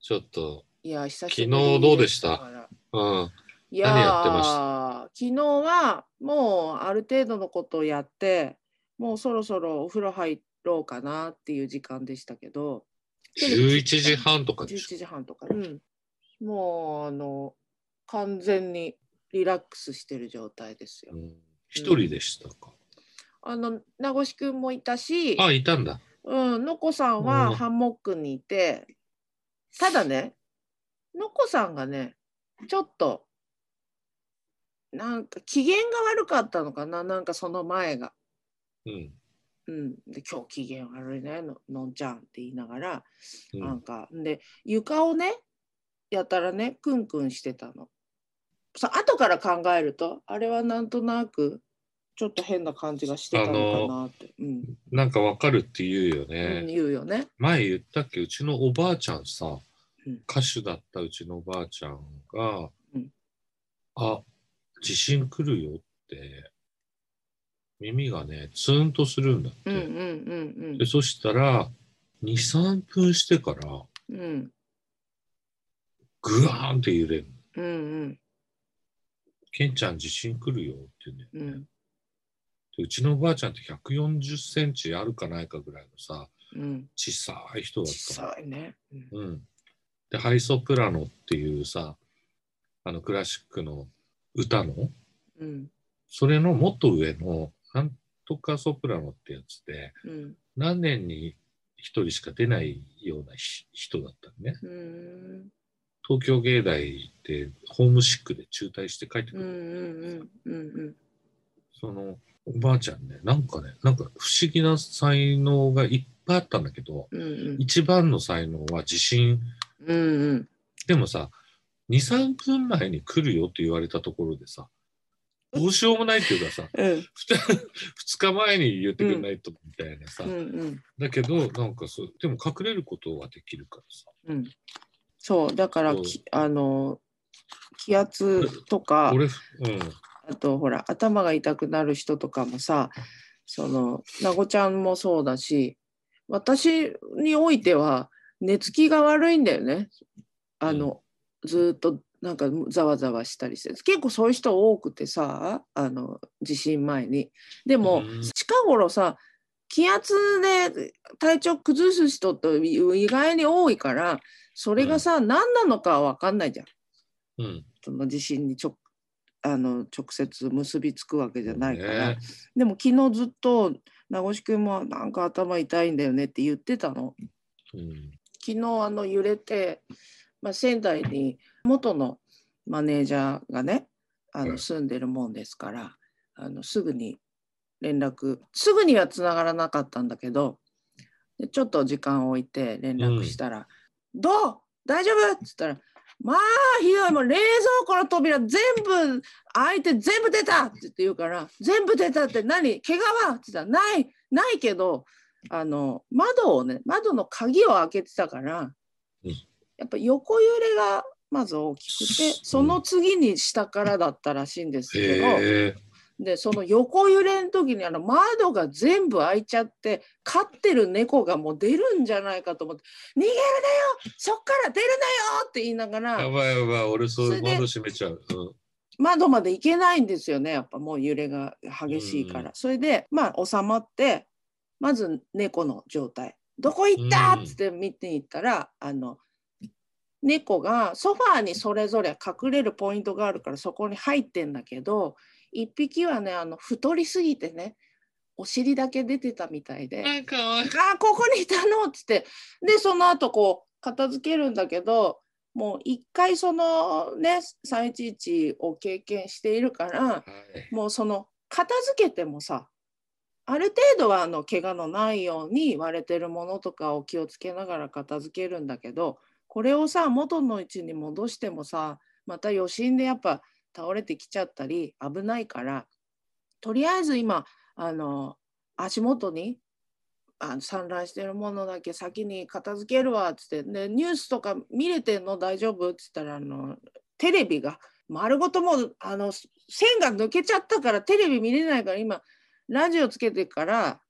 ちょっと、いや、久し昨ぶり日どうでしただからうん。いやー何やってまし昨日はもうある程度のことをやって、もうそろそろお風呂入ろうかなっていう時間でしたけど、 11時半とかでしょ。 11時半とか、うん、もうあの完全にリラックスしてる状態ですよう。ん一人でしたか。あの名越くんもいたし、あ、いたんだ。うん、のこさんうんはハンモックにいて、ただね、のこさんがね、ちょっと、なんか機嫌が悪かったのかな、なんかその前が。うん。うん、で今日機嫌悪いねの、のんちゃんって言いながら、うなんん。か、で、床をね、やたらね、クンクンしてたの。さ後から考えると、あれはなんとなく、ちょっと変な感じがしてたのかなって、うん、なんかわかるって言うようんね。言うよね。前言ったっけ、うちのおばあちゃんさうん、歌手だったうちのおばあちゃんがうん、あ、地震来るよって、耳がね、ツーンとするんだっうんうんて。うんでそしたら、2、3分してから、うん。うんぐわーんって揺れる。うんケンちゃん地震来るよって言うんだようね。んうんでうちのおばあちゃんって140センチあるかないかぐらいのさうん。小さい人だ小ったのさいね。うんうん、でハイソプラノっていうさあのクラシックの歌のうんそれのもっと上のなんとかソプラノってやつでうん。何年に1人しか出ないようなひ人だったのねうーん東京芸大でホームシックで中退して帰ってくうんうる、んうんうんそのおばあちゃんねなんかねなんか不思議な才能がいっぱいあったんだけど、うんうん一番の才能は自信うんうん。でもさ23分前に来るよって言われたところでさどうしようもないっていうかさうん2日前に言ってくれないとみたいなさ、うんうんだけどなんかそうでも隠れることはできるからうん。そうだからそうきあの気圧とかさ俺うんあとほら頭が痛くなる人とかもさそのなごちゃんもそうだし私においては寝つきが悪いんだよねあの、ずーっとなんかざわざわしたりして結構そういう人多くてさあの地震前にでも、うん近頃さ気圧で体調崩す人って意外に多いからそれがさ、何なのか分かんないじゃんうんその地震にちょあの直接結びつくわけじゃないから、ねでも昨日ずっと名越くんもなんか頭痛いんだよねって言ってたのうん昨日あの揺れて、まあ、仙台に元のマネージャーがねあはのい住んでるもんですからあのすぐに連絡すぐにはつながらなかったんだけどでちょっと時間を置いて連絡したら「どう大丈夫?」っつったら「まあひどいもう冷蔵庫の扉全部開いて全部出た!」って言って言うから「全部出たって何怪我は?」って言ったら「ないないけどあの窓をね窓の鍵を開けてたから、うんやっぱ横揺れがまず大きくてすその次に下からだったらしいんですけど、へえでその横揺れの時にあの窓が全部開いちゃって飼ってる猫がもう出るんじゃないかと思って「逃げるなよそっから出るなよ!」って言いながやらばいやばい俺そそうれで窓閉めちゃう、うん窓まで行けないんですよねやっぱもう揺れが激しいから。それでまあ収まってまず猫の状態「どこ行った!」うんっつって見て行ったらあの猫がソファーにそれぞれ隠れるポイントがあるからそこに入ってんだけど一匹はねあの太りすぎてねお尻だけ出てたみたいで「なんかわいいあーここにいたの!」っつってでその後こう片付けるんだけどもう一回そのね311を経験しているからはいもうその片付けてもさある程度はあの怪我のないように割れてるものとかを気をつけながら片付けるんだけどこれをさ元の位置に戻してもさまた余震でやっぱ倒れてきちゃったり危ないからとりあえず今あの足元にあの散乱してるものだけ先に片付けるわっつってでニュースとか見れてんの大丈夫っつったらあのテレビが丸ごともうあの線が抜けちゃったからテレビ見れないから今ラジオつけてから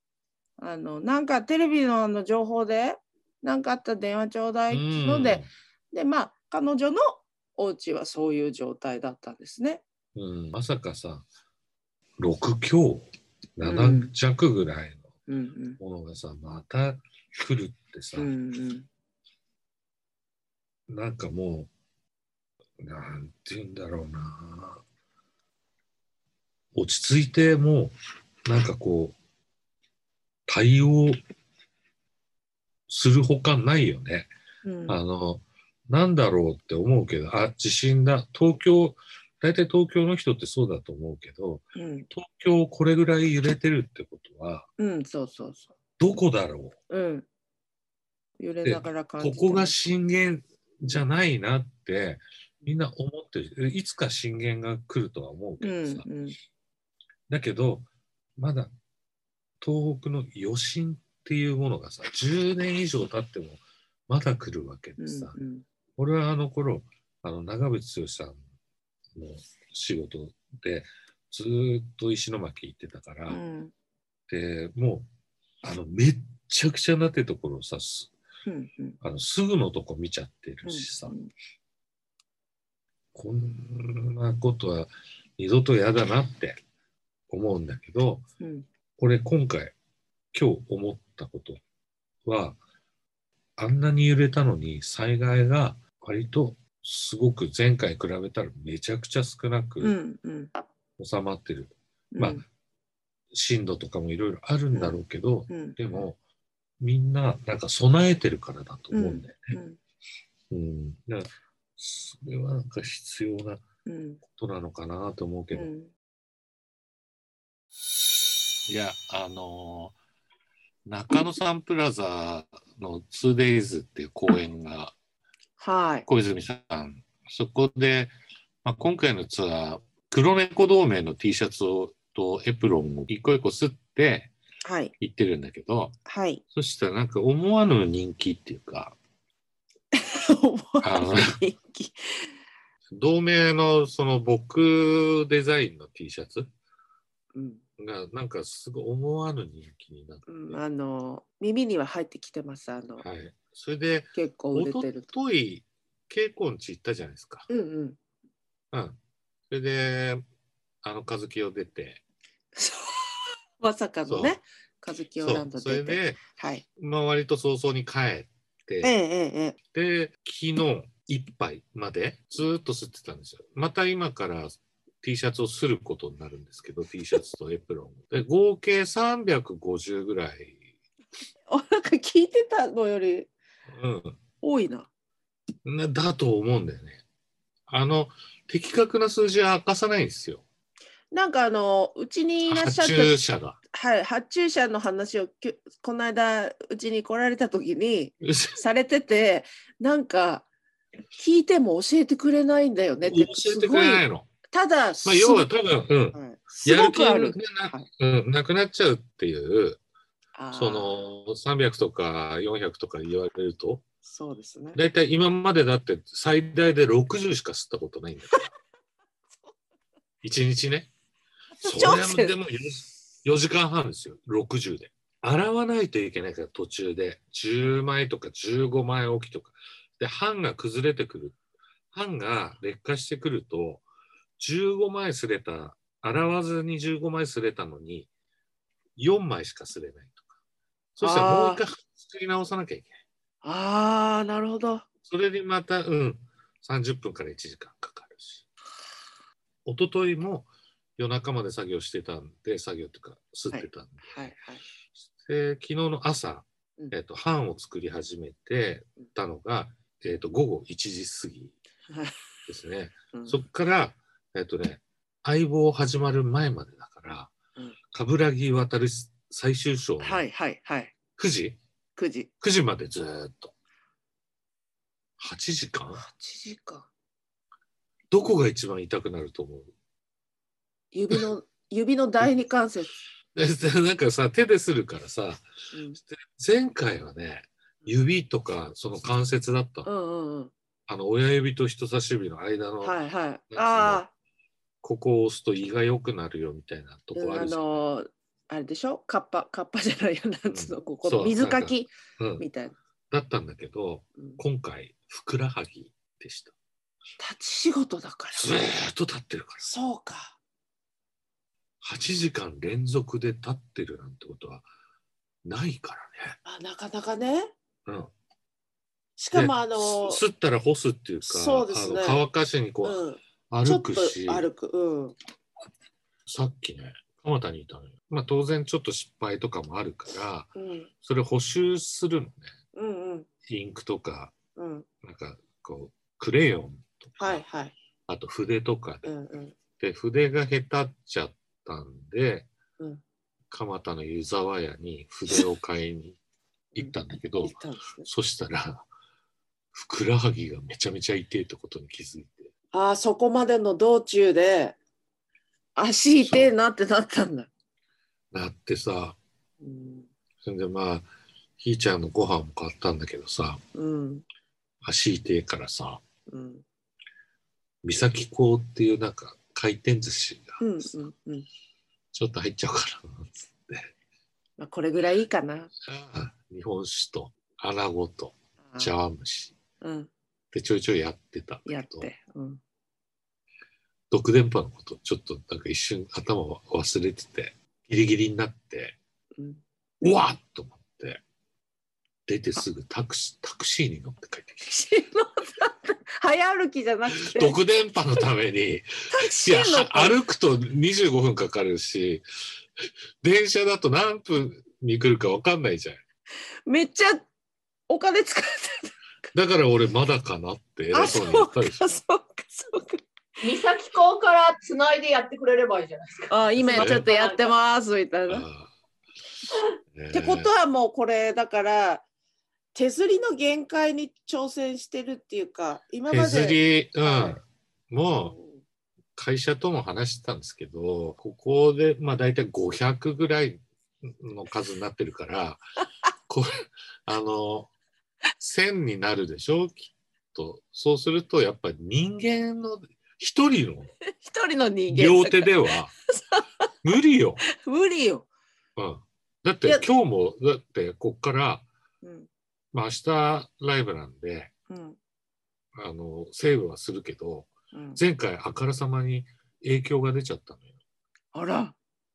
あのなんかテレビのあの情報で何かあったら電話ちょうだいっていうので、でまあ彼女のお家はそういう状態だったんですね。うん、まさかさ、6強、7弱ぐらいうんのものがさ、また来るってさ、うんうんうんなんかもう、なんて言うんだろうな。落ち着いて、もう、なんかこう、対応するほかないよね。うんあの、なんだろうって思うけど、あ、地震だ。東京、大体東京の人ってそうだと思うけど、うん東京これぐらい揺れてるってことは、うんそうそうそどこだろう。うん、揺れながらう感じこてこが震源じゃないなって、みんな思ってる。いつか震源が来るとは思ううけんどさ。うんだけど、まだ東北の余震っていうものがさ、10年以上経ってもまだ来るわけうでさ、ん俺はあの頃あの長渕剛さんの仕事でずーっと石巻行ってたから、うんでもうあのめっちゃくちゃなってところをさすうんうんあのすぐのとこ見ちゃってるしさ、うんこんなことは二度とやだなって思うんだけどうん俺今回今日思ったことはあんなに揺れたのに災害が割とすごく前回比べたらめちゃくちゃ少なうくんうん収まってる、うんまあ震度とかもいろいろあるんだろうけど、うんでもみんななんか備えてるからだと思うんだようね。んうんだからそれはなんか必要なうんことなのかなと思うけうど、んいや、あのー中野サンプラザの 2days っていう公演がはい小泉さん、そこで、まあ、今回のツアー、黒猫同盟の T シャツをとエプロンを一個一個吸ってはい行ってるんだけど、はい。そしたらなんか思わぬ人気っていうか、思わぬ元気同盟のその僕デザインの T シャツうんがなんかすごい思わぬ人気になって、うんあの耳には入ってきてますあのはい、それで結構売れ一てると。昨日稽古んち行ったじゃないですか。うんうん。うん、それであの和樹を出て、そう まさかのね、和樹オランドそうそれ出て。で、はい。まあ、割と早々に帰って、ええええで昨日一杯までずーっと吸ってたんですよまた今から T シャツをすることになるんですけど T シャツとエプロンで合計350ぐらい、あなんか聞いてたのより多いな。うん、なだと思うんだよねあの的確な数字は明かさないんですよなんかあのうちにいらっしゃ発った注者がはい発注者の話をきゅこの間うちに来られた時にされててなんか聞いても教えてくれないんだよねって教えてくれないのたまだあ要はすご多分、うん、はいすやごる気くあがる。な,、はいうん、なくなっちゃうっていうあーその300とか400とか言われるとそうですね。大体今までだって最大で60しか吸ったことないん だから。1日ね。そちょっれともでも 4, 時間半ですよ、60で。洗わないといけないから途中で10枚とか15枚置きとか。で、版が崩れてくる。版が劣化してくると、15枚すれた、洗わずに15枚すれたのに、4枚しかすれないとか。そしたらもう一回作り直さなきゃいけない。ああなるほど。それにまた、うん、30分から1時間かかるし。一昨日も夜中まで作業してたんで、作業っていうか、吸ってたんで。はいはい。で昨日の朝うん、えっ、と、班を作り始めてたのが、えっ、と、午後1時過ぎはいですね。うんそっから、えっ、とね、相棒始まる前までだからうん、冠城渡る最終章、は9いはいはい。時9時。 ?9 時までずーっと。8時間8時間。どこが一番痛くなると思う 指の指の第二関節。ででなんかさ手でするからさうん前回はね指とかその関節だったの,、うんうんあの親指と人差し指の間うのん。はいはい。ああ、ここを押すと胃が良くなるよみたいなとうんこああるじゃん、のーあれでしょ。カッパカッパじゃないやなんつうのこそこう水かきうんみたいな。だったんだけどうん今回ふくらはぎでした。立ち仕事だから。ずーっと立ってるから。そうか。 8時間連続で立ってるなんてことはないかあなかなかね。らね。うん。しかでもあのーす吸ったら干すっていうか、そうですねあの乾かしにこううん、ちょ歩くっとし、歩く。うん。さっきね、蒲田にいたのよ。まあ当然ちょっと失敗とかもあるから、うん。それ補修するのね。うんうん。インクとか、うん。なんかこう、クレヨンとか、はいはい。あと筆とかでうんうん。で筆が下手っちゃったんで、うん蒲田の湯沢屋に筆を買いに行ったんだけど、 行ったんですね。そしたらふくらはぎがめちゃめちゃ痛いってことに気づいてああ、そこまでの道中で、足痛えなってなったんだ。なってさうん。それでまあひーちゃんのご飯も買ったんだけどさうん。足痛いからさうん。三崎港っていうなんか回転寿司がうん。うん。うん。ちょっと入っちゃうからなっつって、まあ、これぐらいいいかな。あー日本酒と穴子と茶碗蒸しうん。でちょいちょいやってたんやだけっどて。うん。毒電波のことちょっとなんか一瞬頭を忘れててギリギリになってうん。うわっと思って出てすぐタクシータクシーに乗って帰ってきしのさん早歩きじゃなくてた。毒電波のため にタクいシーやの歩くと25分かかるし電車だと何分に来るか分かんないじゃんめっちゃお金使ってだから俺まだかなって偉た。あ、そうそうに言ったか、でしょそうか、そうか。三崎港からつないでやってくれればいいじゃないですか。あ、今ちょっとやってますみたいな。っああてことはもうこれだから手すりの限界に挑戦してるっていうか、今手ますり、で。うはん、もう会社とも話してたんですけどここでまあ大体500ぐらいの数になってるから これあの1000になるでしょきっとそうするとやっぱり人間の一人の一人の人間。両手。で は無理よ、無理よ。うん、だっいやて今日もだってこっから、うん。まあ、明日ライブなんでうん。あのセーブはするけどうん、前回あからさまに影響が出ちゃったのよあら。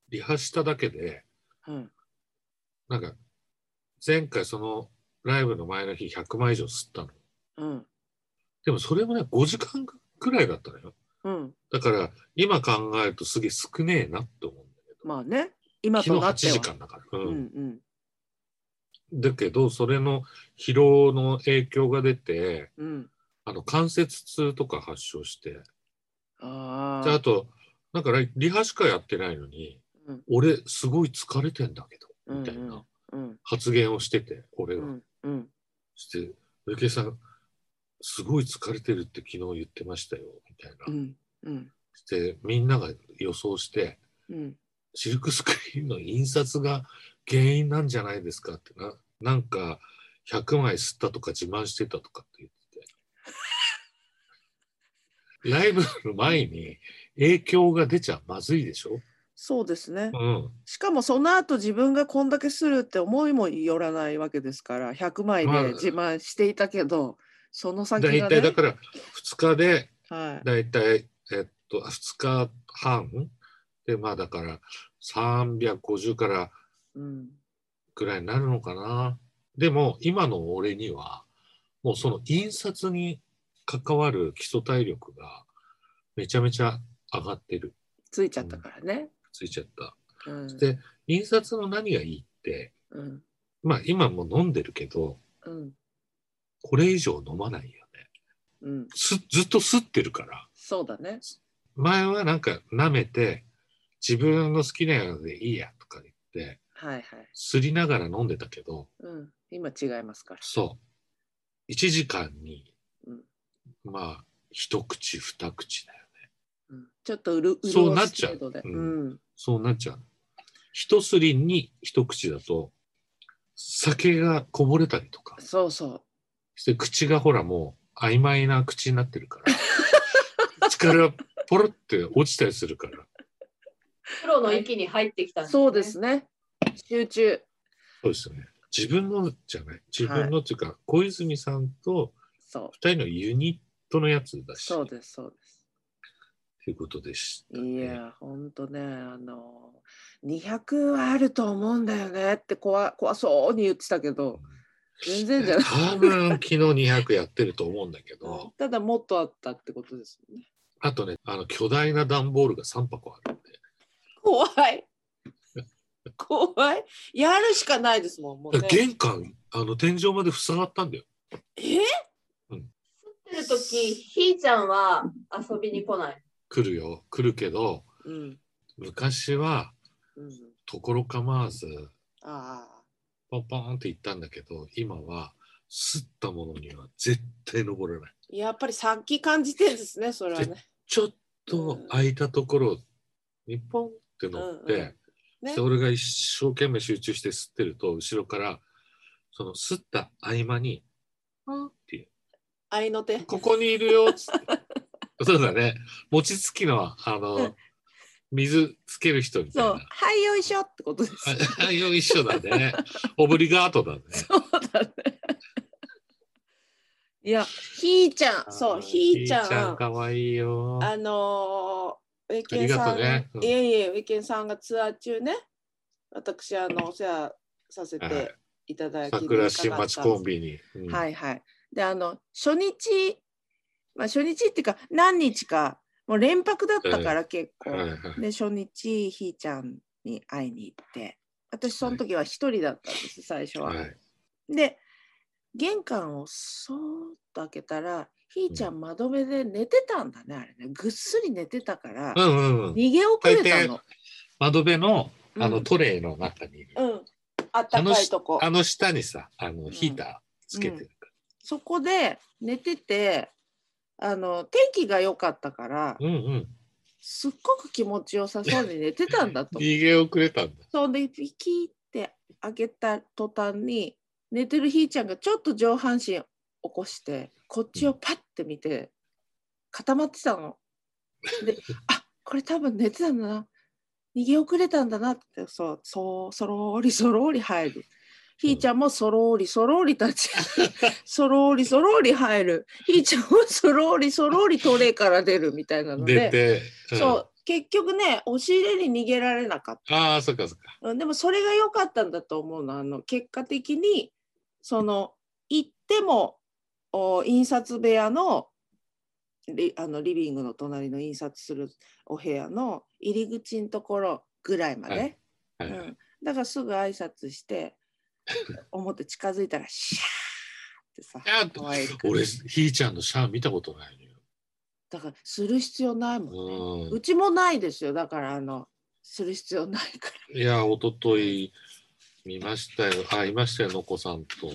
リハしただけでうん。なんか、前回そのライブの前の日100枚以上吸ったの。うん。でもそれもね、5時間くらいだったのよ。うん。だから、今考えるとすげえ少ねえなって思うんだけど。まあね。今昨となっ日て8は。時間だから。ううんん。うんだけど、それの疲労の影響が出て、うん。あの、関節痛とか発症して。であああ。と、なんかリリハしかやってないのに、うん俺すごい疲れてんだけど、みたいうんうなんうん。発言をしてて、俺うが。ん。うん。して、ウケさん、すごい疲れてるって昨日言ってましたよ、みたいな。うん。うん。して、みんなが予想して、うん。シルクスクリーンの印刷が原因なんじゃないですかってな。なんか、100枚吸ったとか自慢してたとかって言 ってて。ライブの前に影響が出ちゃまずいでしょそうですねう。ん。しかもその後自分がこんだけするって思いもよらないわけですから100枚まあで自慢していたけど、その先大が体だねから2日ではい、だいたい、えっと、2日半で、まあだから350からうん、くらいになるのかな。でも、今の俺には、もうその印刷に関わる基礎体力がめちゃめちゃ上がってる。ついちゃったからね。ついちゃった。うんで印刷の何がいいって、うんまあ今も飲んでるけど、うんこれ以上飲まないよね。うん、すずっと吸ってるから。そうだね。前はなんか舐めて自分の好きなやつでいいやとか言ってはいはい。すりながら飲んでたけどうん、今違いますから。そう1時間に、うんまあ一口二口だよねうん、ちょっとうるそうなっちゃううで、ううんそうなっちゃう一すりに一口だと酒がこぼれたりとかそうそう。して口がほらもう曖昧な口になってるから 力ポロって落ちたりするからプロの域に入ってきたんです、ね。そうですね。集中。そうですよね。自分のじゃない。自分のっていうか、小泉さんとそう二人のユニットのやつだし、そうとですそうです。いうことでした、いね。や本当ねあの200はあると思うんだよねって怖怖そうに言ってたけど全然じゃない。多分昨日200やってると思うんだけど、ただもっとあったってことですよね。あとね、あの巨大な段ボールが3箱あるんで、怖い。怖い。やるしかないですもん。もうだねから、玄関、あの天井まで塞がったんだよ。えってる時ひーちゃんは遊びに来ない。来るよ、来るけど、うん。昔はうん。ところ構わず、あポンポンって行ったんだけど、今は、すったものには絶対登らない。あ。やっぱり殺気感じてんですね、それはね。ちょっと空いたところにポンって乗って、うんうんねで俺が一生懸命集中して吸ってると後ろからその吸った合間に「あっていう愛の手「ここにいるよ」っつって そうだね餅つきのあうのん水つける人みたいそうな。はいよいしょってことですああよいしょだね。オブリガートだね。そうだねいやひーちゃんそうひーちゃんひーちゃんかわいいよ。あのー、ウィケンさあんりがとうねうんいえいえウィケンさんがツアー中ね私あのお世話させはいはいていただいて、桜新町コンビに。うんはいはい。であの初日、まあ、初日っていうか何日かもう連泊だったから結構、はいはいで初日ひーちゃんに会いに行って私その時は一人だったんです最初は。はいで玄関をそーっと開けたらひーちゃん窓辺で寝てたんだねあれねぐっすり寝てたから、うんうんうん。逃げ遅れたの。窓辺のあうのんトレイの中にいる。うん、あったかいとこ。あの下にさ、あのんヒーターつけてるかそこで寝ててあの天気が良かったから、ら。うんうん。すっごく気持ちよさそうに寝てたんだと。逃げ遅れたんだ。そんでピキって開けた途端に寝てるひーちゃんがちょっと上半身起こしてこっちをパッて見て固まってたの。 であこれ多分寝てたんだな逃げ遅れたんだなってそうそうそろりそろり入る。ひーちゃんもそろりそろり 立ちそろりそろり入るひーちゃんもそろりそろりトレーから出るみたいなので。出て。うんそう結局ね押し入れに逃げられなかっああ、そっかそっか。たうんでもそれが良かったんだと思うのあの結果的にその行ってもお印刷部屋のリあのリビングの隣の印刷するお部屋の入り口のところぐらいまで、はいはういん、だからすぐ挨拶 して表近づいたらシャーっ てさあー可愛い俺、ひーちゃんのシャア見たことないだからする必要ないもんね。のよ。ううちもないですよ。だからあのする必要ないかん。いや、一昨日見ましたよ。あ、いましたよ、のこさんとら。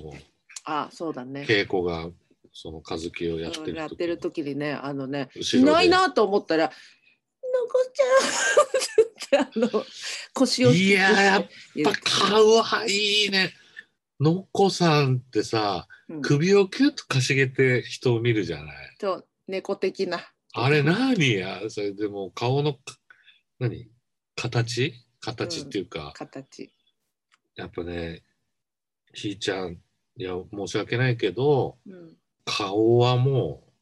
あ、そうだね。稽古が、その、和樹をやってるうん時。やってる時にね、あのね、後いろでないなと思ったら、のこちゃんって言ってあの腰を引きいずやー、やっ言ぱってかわいいね。のっこさんってさ、うん首をキュッとかしげて人を見るじゃない。そう猫的な。あれ何やそれでもう顔のか何形形っていうか、形。やっぱねひーちゃんいや申し訳ないけどうん。顔はも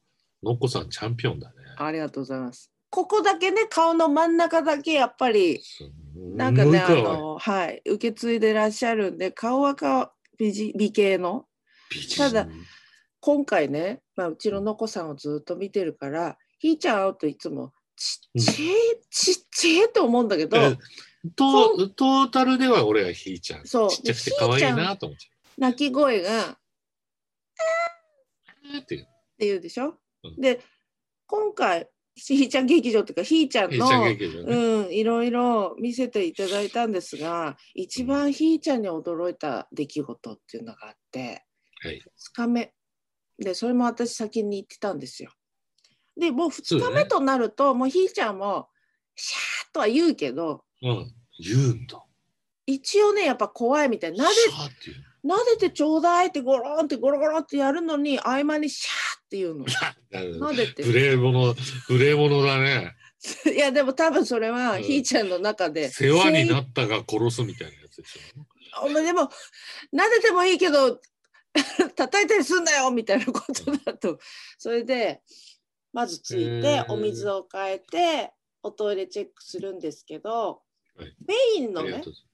うのっこさんチャンピオンだね。ありがとうございます。ここだけね、顔の真ん中だけやっぱり。すなんかね、あごい可愛いの、はい、受け継いでらっしゃるんで、顔は顔、美人美形の。美人ただ今回ね、まあ、うちののこさんをずっと見てるからひーちゃん会うといつもちっちゃい、ちっちゃいと思うんだけどえとトータルでは俺はひーちゃんちそうっちゃくて可愛いなと思っち泣き声がっゃう。っていうて言うでしょ、うんで今回ひーちゃん劇場っていうかひーちゃんひーちゃんの劇場ね。うんいろいろ見せていただいたんですが一番ひーちゃんに驚いた出来事っていうのがあって、はい2日目でそれも私先に言ってたんですよ。でもうそう2だ日ね目となると、もうひーちゃんもシャーとは言うけどうん、言うんだ。一応ねやっぱ怖いみたいなでシャーっていうなでてちょうだいってゴロンってゴロゴロってやるのに合間にシャーって言うの。なるほなでてど無礼者、無礼者だね。 いやでも多分それはうんひーちゃんの中で世話になったが殺すみたいなやつでしょ。お前でも撫でてもいいけど 叩いたりすんなよみたいなことだとそれでまずついへてーお水を変えておトイレチェックするんですけど、はいメインのありがねとうござい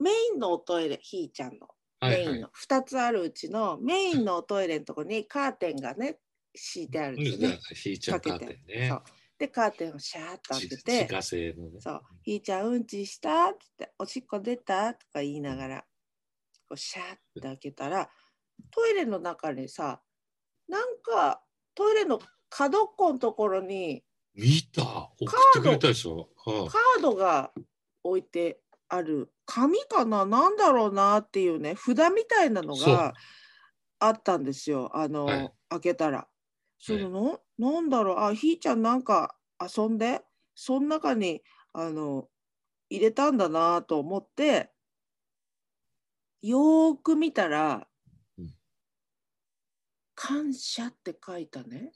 メインのおトイレひーちゃんのます。はメいイはンの2つあるうちのメインのおトイレのとこにカーテンがね敷いてあるんい。でいすいよでね。すね。ひいちゃんカーテンねそう。でカーテンをシャーッと開じけて自家製のね。そう「ひーちゃんうんちした?」って言って「おしっこ出た?」とか言いながらこうシャーって開けたらトイレの中にさなんかトイレの角っこのところに見た送ってくれたでしょ、うんカードが置いてある紙かななんだろうなっていうね札みたいなのそうがあったんですよあの、はい開けたら。そのななんだろうあひーちゃんなんか遊んでその中にあの入れたんだなと思ってよーく見たらうん「感謝」って書いたね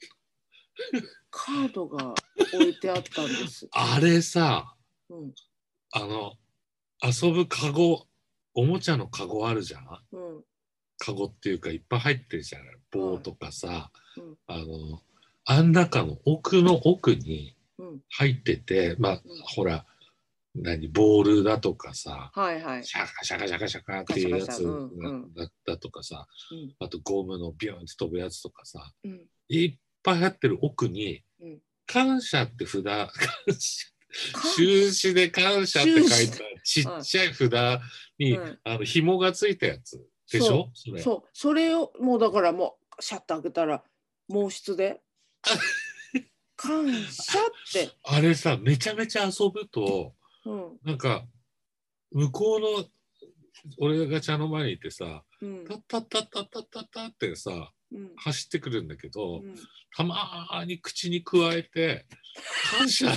カードが置いてあったんです。 あれさ、うんあの、遊ぶカゴ、おもちゃのカゴあるじゃんうんカゴっていうかいっぱい入ってるじゃない棒とかさ、うんあの、あん中の奥の奥にうん入ってて、まあ、ほら、何、ボールだとかさ、はいはい。シャカシャカシャカシャカっていうやシャカつシャカうんうんだだとかさ、うんあとゴムのビューンって飛ぶやつとかさ、うんいっぱい入ってる奥にうん、感謝って札、感謝感終止で感謝って書いたちうんっちゃい札に、うんあの紐がついたやつでしょそれそう、それをもうだからもうシャッター開けたら毛 筆で「感謝」って、あれさめちゃめちゃ遊ぶとうんなんか向こうの俺が茶の前にいてさうんタッタッタッタッタッタッタッってさうん走ってくるんだけど、うん、たまーに口にくわえて感謝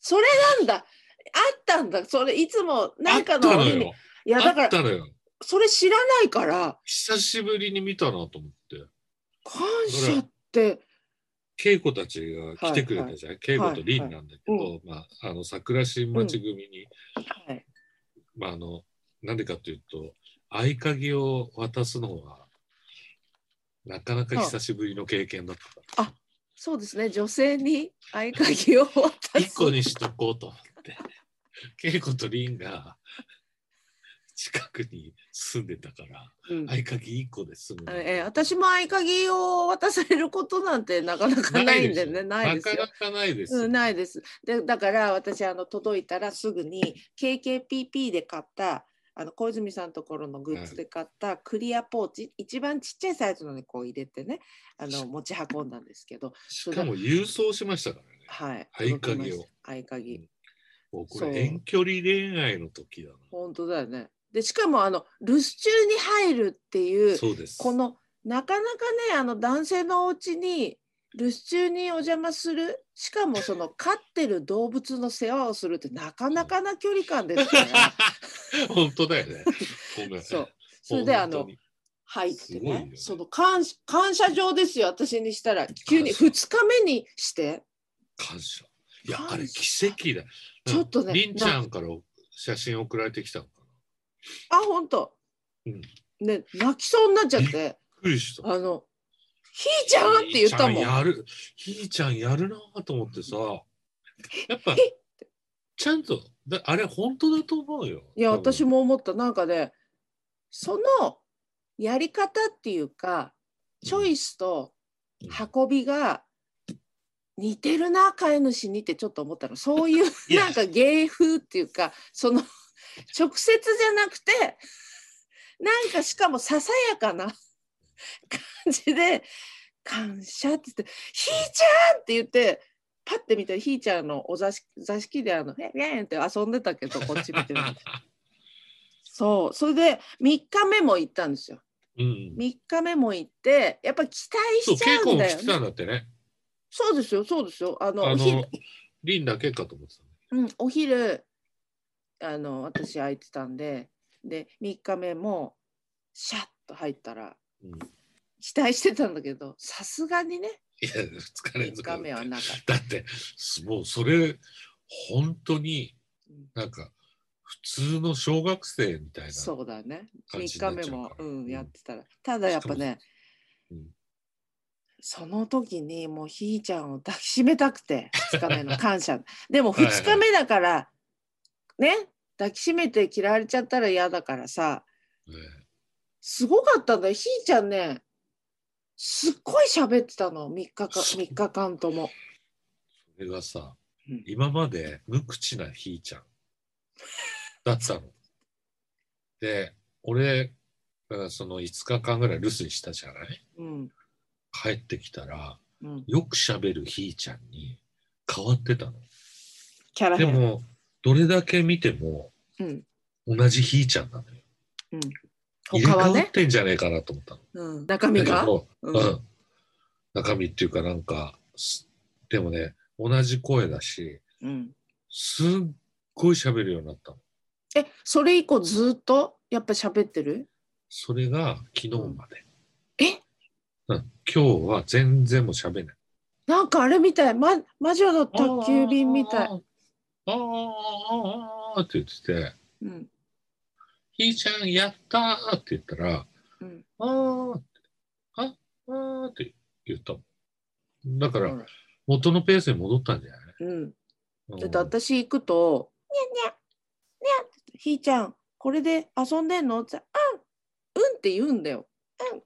それなんだあったんだそれいつもあなんっかたのの折によいやだあかったらのよそれ知らないから久しぶりに見たなと思って「感謝」って恵子たちが来てくれたじゃん、恵子と凛なんだけど、はいまあ、あの桜新町組に、はいまあ、あのなんでかというと合鍵を渡すのはなかなか久しぶりの経験だったかそうですね女性に合鍵を渡らす一個にしとこうと思って恵子と凛が近くに住んでたからうん合鍵一個で済むあのえー私も合鍵を渡されることなんてなかなかないんでねないですよな。かなかないですよ、うん、ないです。でだから私あの届いたらすぐに KKPP で買ったあの小泉さんのところのグッズで買ったクリアポーチ、一番ちっちゃいサイズのにこう入れてねあの持ち運んだんですけど、しかも郵送しましたからねはい、合鍵を届きました合鍵、もうこそうれ遠距離恋愛の時だな本当だよね。でしかもあの留守中に入るっていうそうですこのなかなかねあの男性のお家に留守中にお邪魔するしかもその飼ってる動物の世話をするってなかなかな距離感で すから、 本当だよね。ごめん。 そうそれであの本入ってすごいよねねその感感謝状ですよ私にしたら急に2日目にして当に感謝。いや感謝あれ奇跡だ。ちょっとねりんちゃんから写真送られてきたのかあ本当、うんね泣きそうになっちゃっな。びてっくりした。あの「ひーちゃん!」って言ったひーもちゃん。やる。ひーちゃんやるなぁと思ってさ。やっぱえちゃんとだあれ本当だと思うよ。いや多分私。も思ったなんかねそのやり方っていうかチョイスとうん運びが似てるな飼い主にってちょっと思ったのそういう いやなんか芸風っていうかその直接じゃなくてなんかしかもささやかな感じで「感謝」って言って「ひーちゃん!」って言ってパッて見たらひーちゃんのお座敷座敷であの「へんへん」って遊んでたけどこっち見てる そうそれで3日目も行ったんですようん。 3日目も行ってやっぱ期待そうしちゃ結う婚んだしよてねたんだってね。そうですよそうですよあのあおひのりんだけかと思ってたね。うん、お昼あの私空いてたんでで3日目もシャッと入ったらうん期待してたんだけどさすがにねいや疲れ3ず日目はなかっただってすもうそれ本当にうんなんか普通の小学生みたいな。そうだね。感じ3にな日っちゃう目もか、らうん、うんやってたら。ただやっぱね、うんその時にもうひーちゃんを抱きしめたくて、2日 目の感謝。でも2日目だから、ね、抱きしめて嫌われちゃったら嫌だからさ、ねすごかったんだよ。ひーちゃんね、すっごい喋ってたの、3日かそう3日間とも。それがさうん、今まで無口なひーちゃんだったの。で、俺、だからその5日間ぐらい留守にしたじゃないうん、帰ってきたら、うん、よく喋るひーちゃんに変わってたの。キャ ラで変。も、どれだけ見てもうん、同じひーちゃんなのよ。入れ他替はわっね、てんじゃねえかなと思ったの。うん、中だ身けが。ど、う、うんん、中身っていうかなんか、すでもね、同じ声だし、うん。すっごい喋るようになったの。え、それ以降ずっとやっぱ喋ってるそれが昨日まで。えうん、今日は全然もう喋んない。なんかあれみたい、ま、魔女の宅急便みたいあ。ー。あーあーあーあーって言ってて、うんひーちゃんやったーって言ったら、うんあーって、ああーって言ったもん。だから、元のペースに戻ったんじゃないうん、うんだって私行くと「にゃにゃにゃ」ひーちゃんこれで遊んでんの?」って言ったらうん」うんって言うんだよ。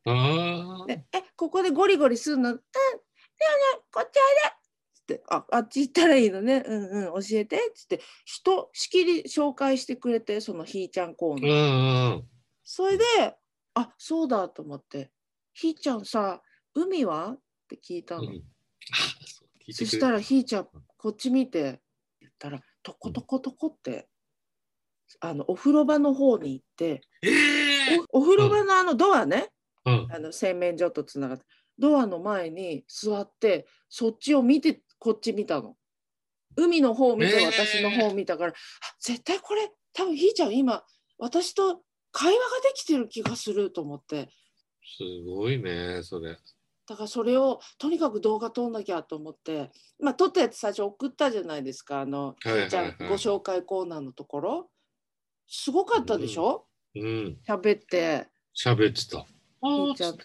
あーで「えここでゴリゴリするの?」「うん」「にゃにゃこっちおいで」つって「ああっち行ったらいいのねうんうん教えて」つってひとしきり紹介してくれてそのひーちゃんコーナーうんうんそれで、あそうだと思って、ひーちゃんさ、海はって聞いたうの。ん。そしたらひーちゃんうん、こっち見て、言ったら、トコトコトコって、あのお風呂場の方に行って、ええおお風呂場のあのドアね、うんあの洗面所とつながって、ドアの前に座って、そっちを見て、こっち見たの。海の方を見て、えー私の方を見たから、あ絶対これ、多分ひーちゃん、今、私と会話ができてる気がすると思って。すごいね、それ。だからそれをとにかく動画撮んなきゃと思って、まあ、撮ったやつ最初送ったじゃないですかあの、はいはいはいひーちゃんご紹介コーナーのところすごかったでしょうん。喋って喋ってた。あひーーちゃんつって